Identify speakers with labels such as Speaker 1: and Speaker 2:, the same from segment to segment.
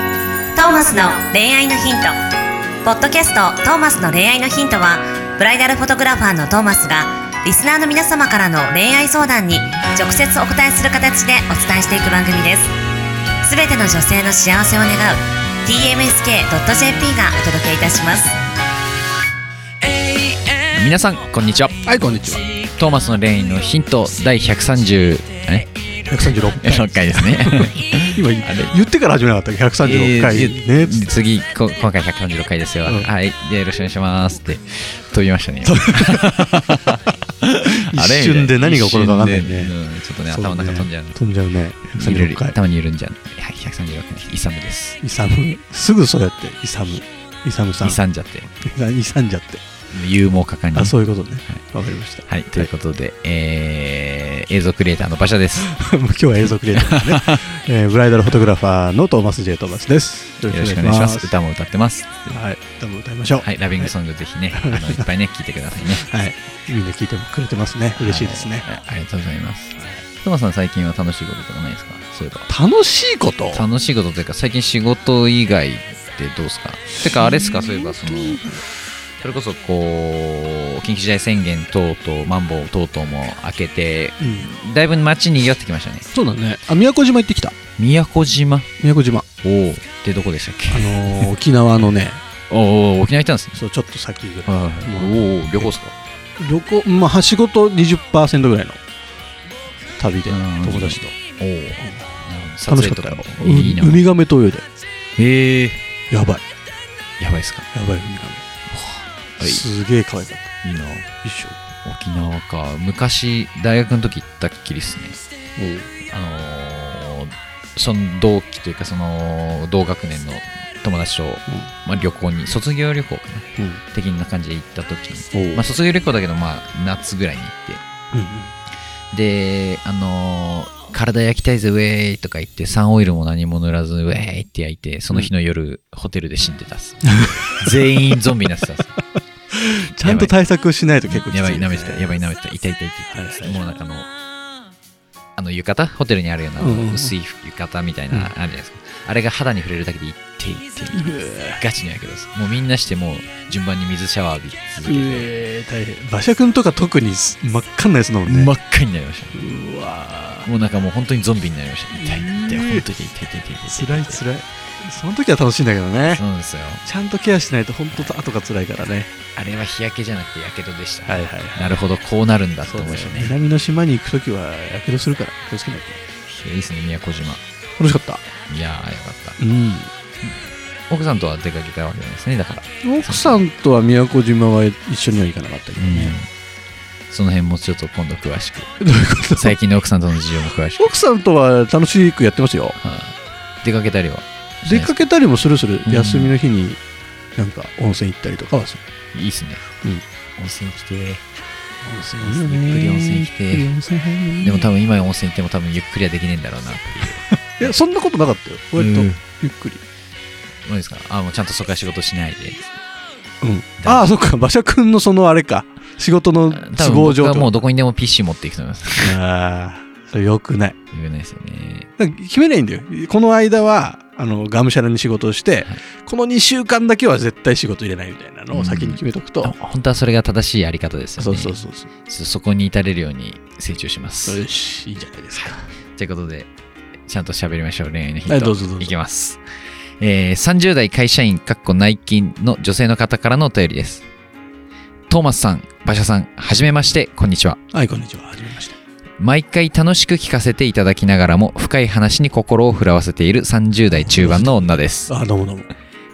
Speaker 1: ーマスの恋愛のヒント」ポッドキャスト「トーマスの恋愛のヒントは」ブライダルフォトグラファーのトーマスがリスナーの皆様からの恋愛相談に直接お答えする形でお伝えしていく番組ですすべての女性の幸せを願う tmsk.jp がお届けいたします
Speaker 2: 皆さんこんにちは
Speaker 3: はい、こんにちは。
Speaker 2: トーマスのレインのヒント第130え
Speaker 3: 136回。
Speaker 2: 6回ですね
Speaker 3: 今言言ってから始めなかったっけ ?136 回
Speaker 2: え
Speaker 3: ね
Speaker 2: ー。じ次こ今回136回ですよ、
Speaker 3: うん
Speaker 2: はいでよろしくお願いしますって飛びましたね
Speaker 3: 一
Speaker 2: あれ
Speaker 3: 瞬で何が起こるか分かんないね
Speaker 2: 一瞬でうんちょっとね
Speaker 3: そう
Speaker 2: 頭の
Speaker 3: だね
Speaker 2: 中飛んじゃう
Speaker 3: 飛んじゃうね。
Speaker 2: いるいる
Speaker 3: 136回。
Speaker 2: 頭にいるんじゃんはい136回イサムです
Speaker 3: イサム。すぐそうやって、イサム。イサムさん。
Speaker 2: イサんじゃって
Speaker 3: イサんじゃって。
Speaker 2: 勇猛果敢に
Speaker 3: あ、そういうことね。わかりました。
Speaker 2: はいということで、えー映像クリエイターの馬車です
Speaker 3: もう今日は映像ク リエイターですね。えーブライダルフォトグラファーのトーマス・ジェイ・トーマスです。よ
Speaker 2: よろしくお願いします
Speaker 3: は
Speaker 2: 歌も歌ってます
Speaker 3: い、歌も歌いましょう。
Speaker 2: はい、ラビングソングぜひね、あのいっぱいね、聞いてくださいね。
Speaker 3: はい。みんな聞いてくれてますね。嬉しいですね。
Speaker 2: はい。あありがとうございます。トマさん、最近は楽しいこととかないですかそういえ
Speaker 3: 楽しいこと
Speaker 2: ば。楽しいことというか、最近仕事以外ってどうですかてか、あれですか、そういえば、その、それこそ、こう、緊急事態宣言等々、マンボウ等々も明けて、
Speaker 3: うん。
Speaker 2: だいぶ街にぎわってきましたね。
Speaker 3: そうだね。あ、宮古島行ってきた。
Speaker 2: 宮古島
Speaker 3: 宮古島。
Speaker 2: おおってどこでしたっけ
Speaker 3: あのー、沖縄のね、
Speaker 2: おお沖縄行ったんですね。
Speaker 3: そう、ちょっと先ぐらい。
Speaker 2: はいはい。おお旅行ですか
Speaker 3: 旅行、まあ、仕事20%ぐらいの旅で、
Speaker 2: うん
Speaker 3: 友達と。
Speaker 2: おお
Speaker 3: 楽しかったよ。
Speaker 2: いいな
Speaker 3: うウ。ミガメと泳いで。
Speaker 2: へえ。
Speaker 3: やばい。
Speaker 2: やばいですか
Speaker 3: やばい、ウミガメ。すげえ可愛かっ
Speaker 2: いいな
Speaker 3: た。一緒。
Speaker 2: 沖縄か昔大学の時行ったっきりですね
Speaker 3: うん
Speaker 2: あのーその同期というかその同学年の友達と、まあ、旅行に卒業旅行かな
Speaker 3: うん。
Speaker 2: 的な感じで行った時に、
Speaker 3: おう
Speaker 2: まあ、卒業旅行だけどまあ夏ぐらいに行っ
Speaker 3: うんうん
Speaker 2: てであのー体焼きたいぜウェイとか言ってサンオイルも何も塗らずウェイって焼いてその日の夜、ホテルで死んでたっす全員ゾンビになってたっす
Speaker 3: ちゃんと対策しないと結構きつい
Speaker 2: や
Speaker 3: ね、
Speaker 2: ばい、舐めてた、やばい、舐めてた、痛い痛い痛い痛い。もうなんかあの、あの浴衣ホテルにあるような
Speaker 3: うんうんうん
Speaker 2: 薄い浴衣みたい
Speaker 3: うん
Speaker 2: な、あるじゃないですか。あれが肌に触れるだけで痛い痛い。
Speaker 3: うえ
Speaker 2: ガチのやけどです。もうみんなしてもう順番に水シャワー浴び続け
Speaker 3: う
Speaker 2: て、
Speaker 3: え大変。馬車君とか特にす真っ赤なやつなのね。
Speaker 2: 真っ赤になりましたね。
Speaker 3: うわ
Speaker 2: もうなんかもう本当にゾンビになりました。痛い痛い、
Speaker 3: う
Speaker 2: 本
Speaker 3: ん
Speaker 2: 当に痛い痛い痛い痛い痛い。
Speaker 3: つらいつらい。その時は楽しいんだけどね
Speaker 2: そ。うなんですよ。
Speaker 3: ちゃんとケアしないと本当と後が辛いからね。
Speaker 2: あれは日焼けじゃなくてやけどでした。
Speaker 3: いはい
Speaker 2: なるほど、こうなるんだって
Speaker 3: そう
Speaker 2: 思いま
Speaker 3: で
Speaker 2: し
Speaker 3: す
Speaker 2: た
Speaker 3: ね。
Speaker 2: ね。
Speaker 3: 南の島に行くときはやけどするから気をつけないと。
Speaker 2: いやいいですね、宮古島。
Speaker 3: 楽しかった。
Speaker 2: いやー、よかった。
Speaker 3: うん。
Speaker 2: 奥さんとは出かけたわけなんですね、だから。
Speaker 3: 奥さんとは宮古島は一緒には行かなかったけどね。
Speaker 2: その辺もちょっと今度詳しく
Speaker 3: どういうこと
Speaker 2: 最近の奥さんとの事情も詳しく、
Speaker 3: 奥さんとは楽しくやってますよ。
Speaker 2: はい出かけたりはしな
Speaker 3: 出
Speaker 2: いです
Speaker 3: かけたりもするする
Speaker 2: う。ん
Speaker 3: 休みの日になんか温泉行ったりとかはする。
Speaker 2: いいっすね、温泉来て
Speaker 3: 温
Speaker 2: いいよねゆっくり温泉来て
Speaker 3: ゆっくり温泉入る
Speaker 2: でも多分今温泉行っても多分ゆっくりはできねえんだろうなって
Speaker 3: いや、そんなことなかったよ。割と
Speaker 2: うん
Speaker 3: ゆっくり。
Speaker 2: どうですかあもうちゃんとそこは仕事しないで
Speaker 3: うん。ああ、そっか。馬車くんのそのあれか。仕事の
Speaker 2: 多
Speaker 3: 都
Speaker 2: 分
Speaker 3: 合
Speaker 2: 僕
Speaker 3: 上
Speaker 2: は
Speaker 3: と
Speaker 2: もうどこにでも PC 持っていくと思います
Speaker 3: ああ、それ良くない。
Speaker 2: 言えないですよね
Speaker 3: だから決めないいんだよこの間はあのがむしゃらに仕事をして、
Speaker 2: はい
Speaker 3: この2週間だけは絶対仕事入れないみたいなのを先に決めとくと、
Speaker 2: あ本当はそれが正しいやり方ですよね
Speaker 3: そうそうそうそ
Speaker 2: ち
Speaker 3: う
Speaker 2: ょっとそこに至れるように成長します
Speaker 3: よしいいじゃないですか
Speaker 2: ということで、ちゃんと喋りましょう、恋愛のヒント。
Speaker 3: はいどうぞどうぞ
Speaker 2: いきます。えー、30代会社員、かっこ内勤の女性の方からのお便りです。トーマスさん、馬車さん、はじめまして、こんにちは。
Speaker 3: はいこんにちははじめまして
Speaker 2: 毎回楽しく聞かせていただきながらも、深い話に心を震わせている30代中盤の女です。
Speaker 3: あどうもどうも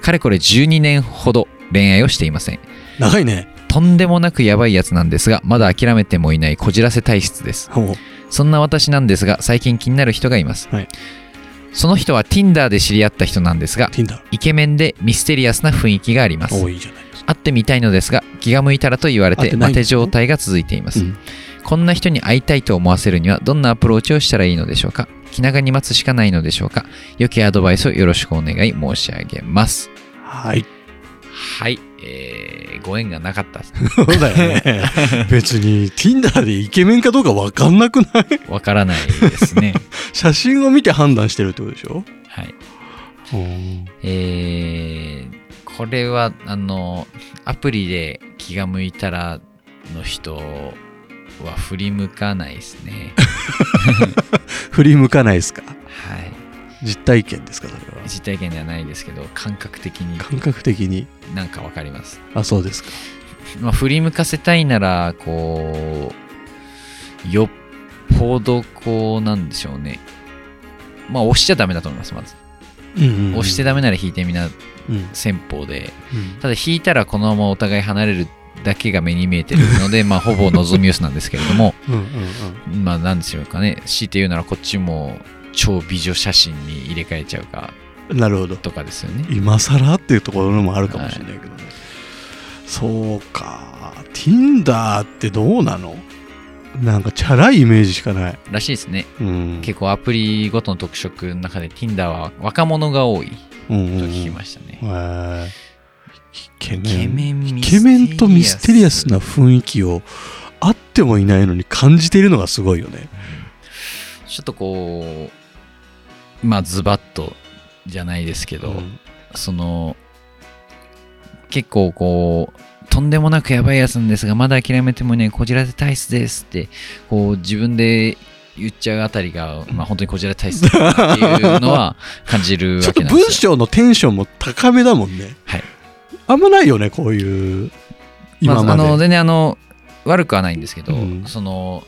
Speaker 2: かれこれ12年ほど恋愛をしていません。
Speaker 3: 長いね
Speaker 2: とんでもなくやばいやつなんですが、まだ諦めてもいないこじらせ体質です。
Speaker 3: もう
Speaker 2: そんな私なんですが、最近気になる人がいます。
Speaker 3: はい
Speaker 2: その人は Tinder で知り合った人なんですが、
Speaker 3: Tinder
Speaker 2: イケメンでミステリアスな雰囲気があります。
Speaker 3: おいいじゃないですか
Speaker 2: 会ってみたいのですが、気が向いたらと言われ、
Speaker 3: 会っててない
Speaker 2: 待
Speaker 3: んで
Speaker 2: て
Speaker 3: すね
Speaker 2: 状態が続いています。
Speaker 3: うん
Speaker 2: こんな人に会いたいと思わせるには、どんなアプローチをしたらいいのでしょうか気長に待つしかないのでしょうか良きアドバイスをよろしくお願い申し上げ ます。
Speaker 3: はい
Speaker 2: はい、えー、ご縁がなかったです。
Speaker 3: そうだよ ね別に Tinder でイケメンかどうか分かんなくない
Speaker 2: わからないですね。
Speaker 3: 写真を見て判断してるってことでしょ
Speaker 2: はい。
Speaker 3: うん
Speaker 2: えーこれはあのアプリで気が向いたらの人は振り向かないですね
Speaker 3: 振り向かないですか
Speaker 2: はい
Speaker 3: 実体験ですかそれは
Speaker 2: 実体験ではないですけど感覚的に
Speaker 3: 感覚的に
Speaker 2: なんかわかります、
Speaker 3: あそうですか
Speaker 2: まあ、振り向かせたいならこうよっぽどこうなんでしょうねまあ押しちゃダメだと思いますまず押して
Speaker 3: だ
Speaker 2: ダメなら引いてみな
Speaker 3: うんうん
Speaker 2: 戦法でただ引いたらこのままお互い離れるだけが目に見えてるの でまあほぼ望み薄なんですけれども
Speaker 3: うんうん
Speaker 2: まあなんでしょうかね強いて言うならこっちも超美女写真に入れ替えちゃうか
Speaker 3: うんなるほど
Speaker 2: とかですよね
Speaker 3: 今更っていうところもあるかもしれないけどね、そうか Tinder ってどうなのなんかチャラいイメージしかない、
Speaker 2: らしいですね
Speaker 3: うん、
Speaker 2: 結構アプリごとの特色の中で Tinder は若者が多い
Speaker 3: 構、うんうん
Speaker 2: と
Speaker 3: うん、
Speaker 2: 聞きましたね、
Speaker 3: へーイケメン
Speaker 2: イケメン
Speaker 3: イケメンとミステリアスな雰囲気をあってもいないのに感じているのがすごいよね。
Speaker 2: ちょっとこうまあズバッとじゃないですけど、
Speaker 3: うん
Speaker 2: その結構こうとんでもなくやばいやつなんですがまだ諦めてもねこじらせ体質ですってこう自分で言っちゃうあたりが、まあ、本当にこじらせ体質だなっていうのは 感じる
Speaker 3: ちょ
Speaker 2: わ
Speaker 3: っと
Speaker 2: けなんで
Speaker 3: 文
Speaker 2: すよ。
Speaker 3: 章のテンションも高めだもんね。
Speaker 2: はい
Speaker 3: あんまないよね、こういう今
Speaker 2: まあ、
Speaker 3: ま
Speaker 2: あ
Speaker 3: で。
Speaker 2: の全然あの悪くはないんですけど、
Speaker 3: うん
Speaker 2: その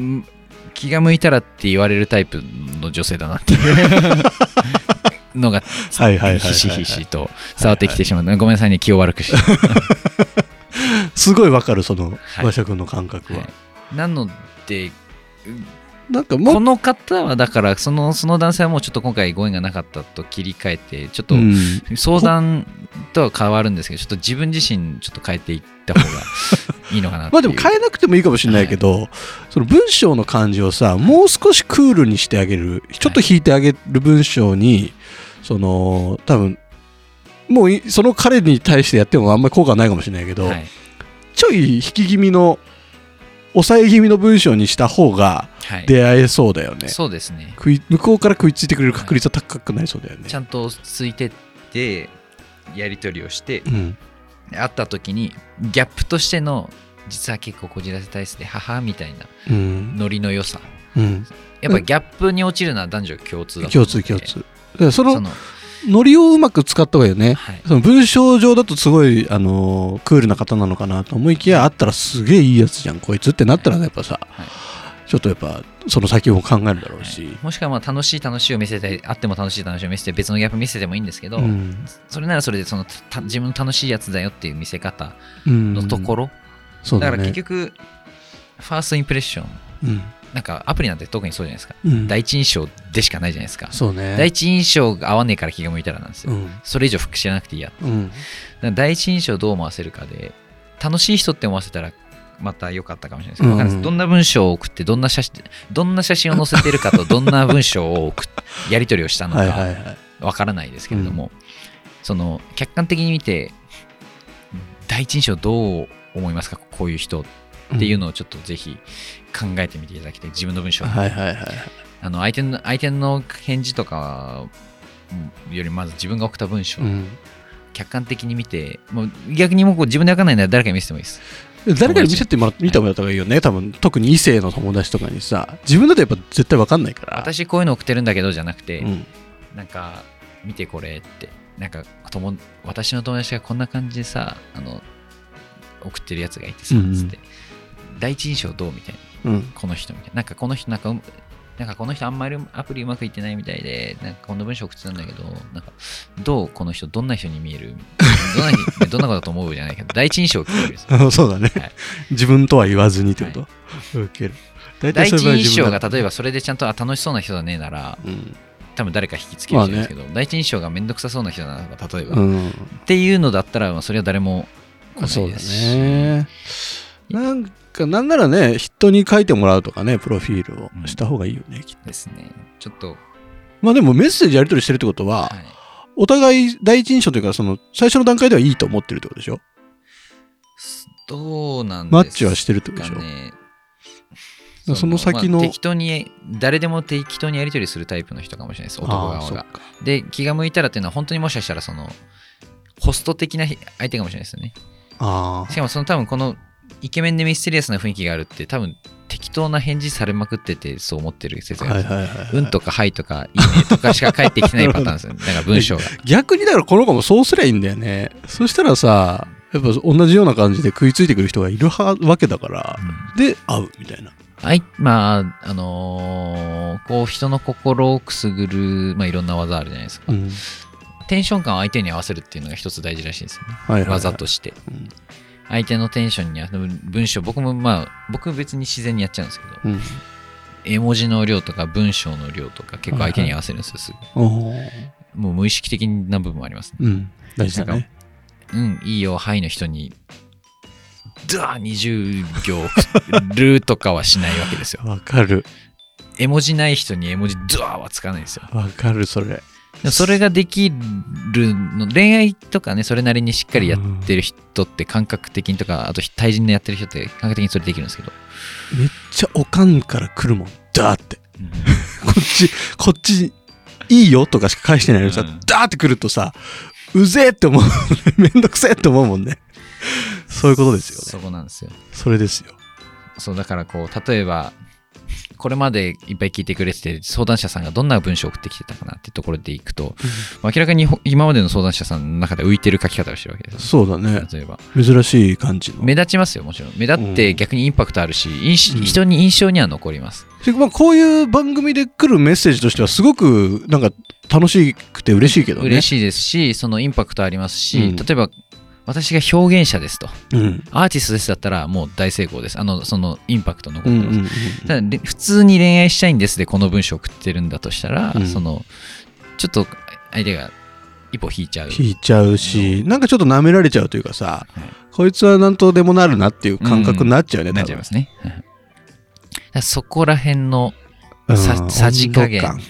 Speaker 2: ん気が向いたらって言われるタイプの女性だなっていう のが
Speaker 3: はいはいはいはいはい
Speaker 2: ひしひしと伝わってきてしまう、ごめんなさいね気を悪くして
Speaker 3: すごいわかる、その
Speaker 2: はい
Speaker 3: 和食の感覚は。
Speaker 2: はい、なので
Speaker 3: なんかも
Speaker 2: こ
Speaker 3: っ
Speaker 2: の方はだからそのその男性はもうちょっと今回ご縁がなかったと切り替えてちょっと
Speaker 3: と、うん
Speaker 2: 相談とは変わるんですけどちょっと自分自身ちょっと変えていった方が いいのかなって
Speaker 3: ま
Speaker 2: いう
Speaker 3: あでも変えなくてもいいかもしれないけど、その文章の感じをさもう少しクールにしてあげるちょっと引いてあげる文章に、その多分もういその彼に対してやってもあんまり効果ないかもしれないけど、
Speaker 2: はい
Speaker 3: ちょい引き気味の抑え気味の文章にした方が
Speaker 2: はい
Speaker 3: 出会えそうだよね、
Speaker 2: そうですね
Speaker 3: 食い向こうから食いついてくれる確率は高くなりそうだよね、
Speaker 2: ちゃんとついてってやり取りをして
Speaker 3: うん、
Speaker 2: 会った時にギャップとしての実は結構こじらせ体質で母みたいな
Speaker 3: うん
Speaker 2: ノリの良さ
Speaker 3: うん
Speaker 2: やっぱギャップに落ちるのは男女共通だと
Speaker 3: 共
Speaker 2: 思うの
Speaker 3: 通
Speaker 2: で
Speaker 3: 共通だからそ
Speaker 2: そ
Speaker 3: の
Speaker 2: の
Speaker 3: ノリをうまく使った方がいいよね
Speaker 2: はい
Speaker 3: その文章上だとすごい、あのークールな方なのかなと思いきやあったらすげえいいやつじゃんこいつってなったらやっぱさ、
Speaker 2: はい
Speaker 3: ちょっとやっぱその先を考えるだろうし、
Speaker 2: もしくはまあ楽しい楽しいを見せたいあっても楽しい楽しいを見せて別のギャップ見せてもいいんですけど、
Speaker 3: うん
Speaker 2: それならそれでそのた自分の楽しいやつだよっていう見せ方
Speaker 3: うん
Speaker 2: のところ、
Speaker 3: そう
Speaker 2: だ
Speaker 3: だ,、
Speaker 2: か
Speaker 3: ね、
Speaker 2: ら結局ファーストインプレッションなんかアプリなんて特にそうじゃないですか
Speaker 3: うん、うん、
Speaker 2: 第一印象でしかないじゃないですか、
Speaker 3: そうね
Speaker 2: 第一印象が合わねえから気が向いたらなんですよ、
Speaker 3: うん
Speaker 2: それ以上服知らなくていいやだか
Speaker 3: うん
Speaker 2: ら第一印象をどう思わせるかで楽しい人って思わせたらまた良かったかもしれないですけど、わかんないで
Speaker 3: うん
Speaker 2: すどんな文章を送ってどんな写真どんな写真を載せてる かとどんな文章を送っやり取りをしたのか、
Speaker 3: はいはいはい
Speaker 2: わからないですけれども、その客観的に見て第一印象どう思いますかこういう人っていうのをちょっとぜひ考えてみていただきたい自分の文章、
Speaker 3: はいはいはい
Speaker 2: あの相手の相手の返事とかよりまず自分が送った文章、
Speaker 3: うん
Speaker 2: 客観的に見てもう逆にもうこう自分で書かないなら誰かに見せてもいいです
Speaker 3: 誰かに見せてもら見てもらった方がいいよね多分特に異性の友達とかにさ自分だとやっぱ絶対わかんないから
Speaker 2: 私こういうの送ってるんだけどじゃなくて、
Speaker 3: うん
Speaker 2: なんか見てこれってなんか友私の友達がこんな感じでさあの送ってるやつがいてさ、
Speaker 3: うんうん
Speaker 2: つって第一印象どうみたいな
Speaker 3: うん
Speaker 2: この人みたいななんかこの人なんかうなんかこの人あんまりアプリうまくいってないみたいでなんかこの文章送ってたんだけどなんかどうこの人どんな人に見えるどんな人どんなことだと思うじゃないけど第一印象を聞いてるんです
Speaker 3: あの そうだね、
Speaker 2: はい
Speaker 3: 自分とは言わずにってこと、受ける大
Speaker 2: 第一
Speaker 3: そういう場合自
Speaker 2: 印象
Speaker 3: 分だ
Speaker 2: が例えばそれでちゃんとあ楽しそうな人だねなら
Speaker 3: うん
Speaker 2: 多分誰か引きつけるじゃないですけど、第一印象がめんどくさそうな人ならば例えば、
Speaker 3: うん
Speaker 2: っていうのだったら、まあそれは誰も来ないですし
Speaker 3: そうだねなんかなんならね人に書いてもらうとかねプロフィールをした方がいいよね、きっと
Speaker 2: ですね。ちょっと、
Speaker 3: まあでもメッセージやり取りしてるってことは、
Speaker 2: はい
Speaker 3: お互い第一印象というかその最初の段階ではいいと思ってるってことでしょ
Speaker 2: どうなんですか、ね、
Speaker 3: マッチはしてるってことでしょ、
Speaker 2: の
Speaker 3: その先の
Speaker 2: まあ適当に誰でも適当にやり取りするタイプの人かもしれないです男
Speaker 3: あー
Speaker 2: 側
Speaker 3: そっ
Speaker 2: が
Speaker 3: か
Speaker 2: で気が向いたらっていうのは本当にもしかしたらそのホスト的な相手かもしれないですよね
Speaker 3: あ
Speaker 2: しかもその多分このイケメンでミステリアスな雰囲気があるって多分適当な返事されまくっててそう思ってる説
Speaker 3: あ
Speaker 2: がある
Speaker 3: は
Speaker 2: ん
Speaker 3: い
Speaker 2: ですよ
Speaker 3: はいはい、
Speaker 2: うんとかはいとかいいねとかしか返ってきてないパターンですよねだから文章が
Speaker 3: 逆にだからこの子もそうすりゃいいんだよねそしたらさやっぱ同じような感じで食いついてくる人がいるはわけだからで会うみたいな
Speaker 2: はい、まあ、あのーこう人の心をくすぐる、まあ、いろんな技あるじゃないですか、
Speaker 3: ん
Speaker 2: テンション感を相手に合わせるっていうのが一つ大事らしいですよね、
Speaker 3: はいはいはい
Speaker 2: 技として、
Speaker 3: うん
Speaker 2: 相手のテンションに合わせる文章僕もまあ僕別に自然にやっちゃうんですけど、
Speaker 3: うん
Speaker 2: 絵文字の量とか文章の量とか結構相手に合わせるんですよ、すぐ
Speaker 3: おー
Speaker 2: もう無意識的な部分もありますね
Speaker 3: うん大事だね
Speaker 2: うんいいよはいの人にダー20行送るとかはしないわけですよ
Speaker 3: わかる
Speaker 2: 絵文字ない人に絵文字ドアはつかないんですよ。
Speaker 3: わかるそれ
Speaker 2: でもそれができるの、恋愛とかね、それなりにしっかりやってる人って感覚的にとか、あと対人でやってる人って感覚的にそれできるんですけど、
Speaker 3: めっちゃおかんから来るもんだって こっちこっちいいよとかしか返してないのにさ、
Speaker 2: うん
Speaker 3: ダーって来るとさうぜえって思う めんどくせえって思うもんねそういうことですよね
Speaker 2: そこなんですよ。
Speaker 3: それですよ
Speaker 2: そう、だからこう、例えば、これまでいっぱい聞いてくれてて、相談者さんがどんな文章を送ってきてたかなってところでいくと、明らかにほ今までの相談者さんの中で浮いてる書き方をしてるわけです
Speaker 3: そうだ
Speaker 2: よ
Speaker 3: ね。
Speaker 2: 例えば、
Speaker 3: 珍しい感じの
Speaker 2: 目立ちますよ、もちろん。目立っ
Speaker 3: う
Speaker 2: て
Speaker 3: ん
Speaker 2: 逆にインパクトあるし、印
Speaker 3: うん
Speaker 2: 人に印象には残ります。
Speaker 3: てかまあこういう番組で来るメッセージとしてはすごくなんか楽しくて嬉しいけどね
Speaker 2: 嬉しいですしそのインパクトありますし、
Speaker 3: うん
Speaker 2: 例えば私が表現者ですと
Speaker 3: うん
Speaker 2: アーティストですだったらもう大成功ですあのそのインパクト残って
Speaker 3: う
Speaker 2: ま
Speaker 3: ん
Speaker 2: す、
Speaker 3: うん
Speaker 2: ただれ普通に恋愛したいんですでこの文章を送ってるんだとしたら、
Speaker 3: うん
Speaker 2: そのちょっと相手が一歩引いちゃう
Speaker 3: 引いちゃうしなんかちょっと舐められちゃうというかさ、
Speaker 2: はい
Speaker 3: こいつはなんとでもなるなっていう感覚になっちゃうよね、
Speaker 2: なっちゃいますね、 はいだからそこら辺の
Speaker 3: 多分
Speaker 2: さ
Speaker 3: うん
Speaker 2: さじ加減
Speaker 3: 温度感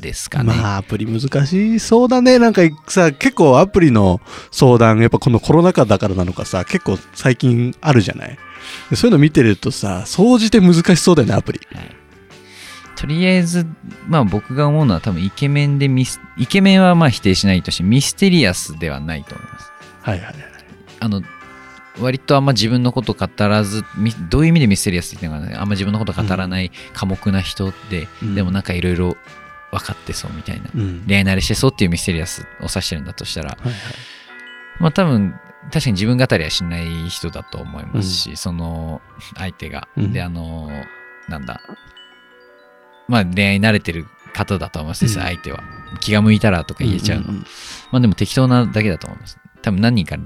Speaker 2: ですかね、
Speaker 3: まあアプリ難しいそうだねなんかさ結構アプリの相談やっぱこのコロナ禍だからなのかさ結構最近あるじゃないでそういうの見てるとさ総じて難しそうだよねアプリ
Speaker 2: とりあえずまあ僕が思うのは多分イケメンでミスイケメンはまあ否定しないとしてミステリアスではないと思います
Speaker 3: はいはいはい
Speaker 2: あの割とあんま自分のこと語らずみどういう意味でミステリアスって言ってのかなあんま自分のこと語らない寡黙な人で、
Speaker 3: うん
Speaker 2: でもなんかいろいろ分かってそうみたいな、
Speaker 3: うん
Speaker 2: 恋愛慣れしてそうっていうミステリアスを指してるんだとしたら
Speaker 3: はいはい
Speaker 2: まあ多分確かに自分語りはしない人だと思いますし、その相手が、
Speaker 3: うん
Speaker 2: であのなんだまあ恋愛慣れてる方だと思います、
Speaker 3: うん
Speaker 2: 相手は気が向いたらとか言えちゃうの、
Speaker 3: んんん
Speaker 2: まあでも適当なだけだと思います多分何人か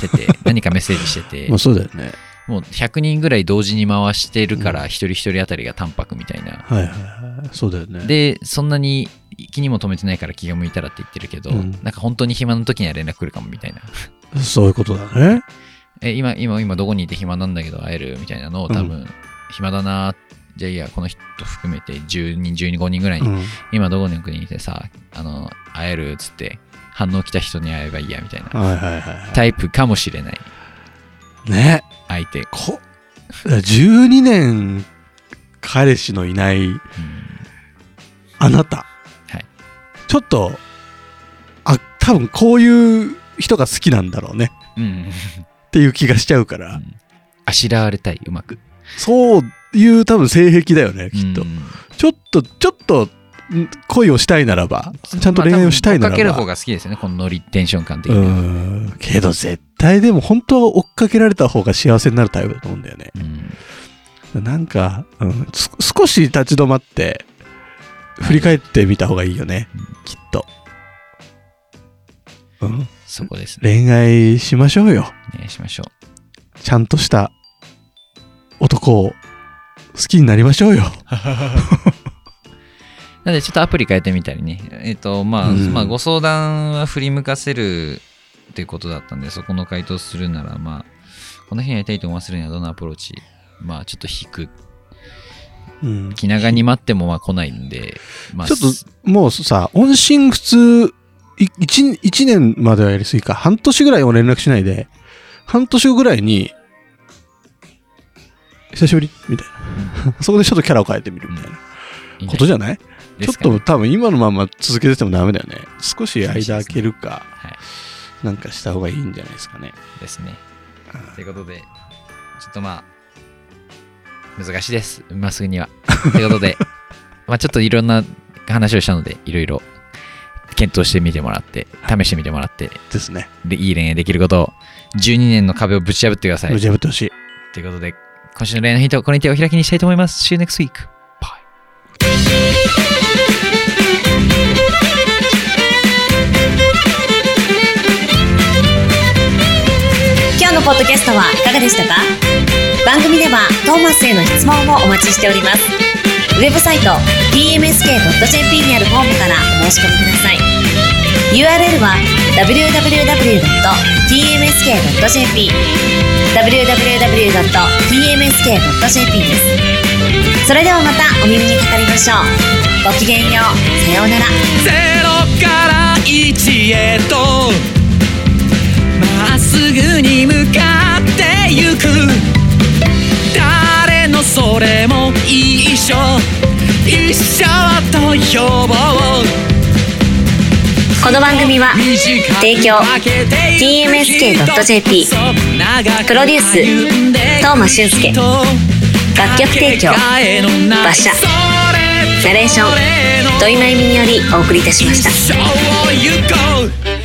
Speaker 2: 出 てて何かメッセージしてて
Speaker 3: まあそうだよね
Speaker 2: もう100人ぐらい同時に回してるから、一人一人あたりが淡白みたいな。
Speaker 3: はいはいはいそうだよね
Speaker 2: で、そんなに気にも留めてないから気が向いたらって言ってるけど、
Speaker 3: うん
Speaker 2: なんか本当に暇な時には連絡来るかもみたいな。
Speaker 3: そういうことだね
Speaker 2: え、今、今、今どこにいて暇なんだけど会えるみたいなのを多分、暇だな、じゃあいいや、この人含めて10人、15人ぐらいに、
Speaker 3: うん
Speaker 2: 今どこの国にいてさ、あの、会えるっつって、反応来た人に会えばいいやみたいな。
Speaker 3: はいはいはいは
Speaker 2: タイプかもしれない。
Speaker 3: いね
Speaker 2: 相手。
Speaker 3: こ12年彼氏のいない
Speaker 2: うん
Speaker 3: あなた、
Speaker 2: はい
Speaker 3: ちょっとあ多分こういう人が好きなんだろうね
Speaker 2: うん。
Speaker 3: っていう気がしちゃうから、
Speaker 2: うんあしらわれたい、うまく。
Speaker 3: そういう多分性癖だよねきっと、
Speaker 2: うん
Speaker 3: ちょっとちょっとん恋をしたいならばちゃんと恋愛をしたい
Speaker 2: ま
Speaker 3: な
Speaker 2: あ多分追っ
Speaker 3: ら
Speaker 2: かける方
Speaker 3: ば、
Speaker 2: が好きですよね、このノリ、テンション感的
Speaker 3: う
Speaker 2: に。
Speaker 3: んけど絶対でも本当は追っかけられた方が幸せになるタイプだと思うんだよね
Speaker 2: うん
Speaker 3: なんか、うん、す少し立ち止まって振り返ってみた方がいいよね、きっと、うん、
Speaker 2: そこですね。
Speaker 3: 恋愛しましょうよ
Speaker 2: お願いしましょう。
Speaker 3: ちゃんとした男を好きになりましょうよ。
Speaker 2: なので、ちょっとアプリ変えてみたりね。えっ、と、まあ、
Speaker 3: うん
Speaker 2: まあ、ご相談は振り向かせるっていうことだったんで、そこの回答するなら、まあ、この辺やりたいと思わせるにはどんなアプローチまあ、ちょっと引く。
Speaker 3: うん、ち
Speaker 2: 気長に待ってもまあ来ないんで、まあ、
Speaker 3: ょっともうさ、音信不通い一一年まではやりすぎか、半年ぐらいも連絡しないで、半年後ぐらいに、久しぶりみたいな。そこでちょっとキャラを変えてみるみたいなことじゃないちょっと多分今のまま続けててもダメだよね。少し間空けるか、
Speaker 2: はい
Speaker 3: なんかした方がいいんじゃないですかね。
Speaker 2: ですね
Speaker 3: うん。
Speaker 2: ということで、ちょっとまあ、難しいです。今すぐには。ということで、 まあちょっといろんな話をしたので、いろいろ検討してみてもらって、試してみてもらって、
Speaker 3: ですね。
Speaker 2: でいい恋愛できることを、12年の壁をぶち破ってください。
Speaker 3: 無事破ってほしい。
Speaker 2: ということで、今週の恋愛のヒント、これにてお開きにしたいと思います。See you next week. Bye.
Speaker 4: Thank you.
Speaker 1: 今日のポッドキャストはいかがでしたか番組ではトーマスへの質問もお待ちしておりますウェブサイト tmsk.jp にあるフォームからお申し込みください URL は www.tmsk.jp www.tmsk.jp ですそれではまたお耳にかかりましょうごきげんようさようなら
Speaker 5: ゼロから一へとまっすぐに向かってゆく誰のそれも一緒一緒と呼ぼう
Speaker 1: この番組は提供 TMSK.jp プロデュース東間俊介楽曲提供馬車ナレーション土井真由美によりお送りいたしました
Speaker 5: 一生を行こう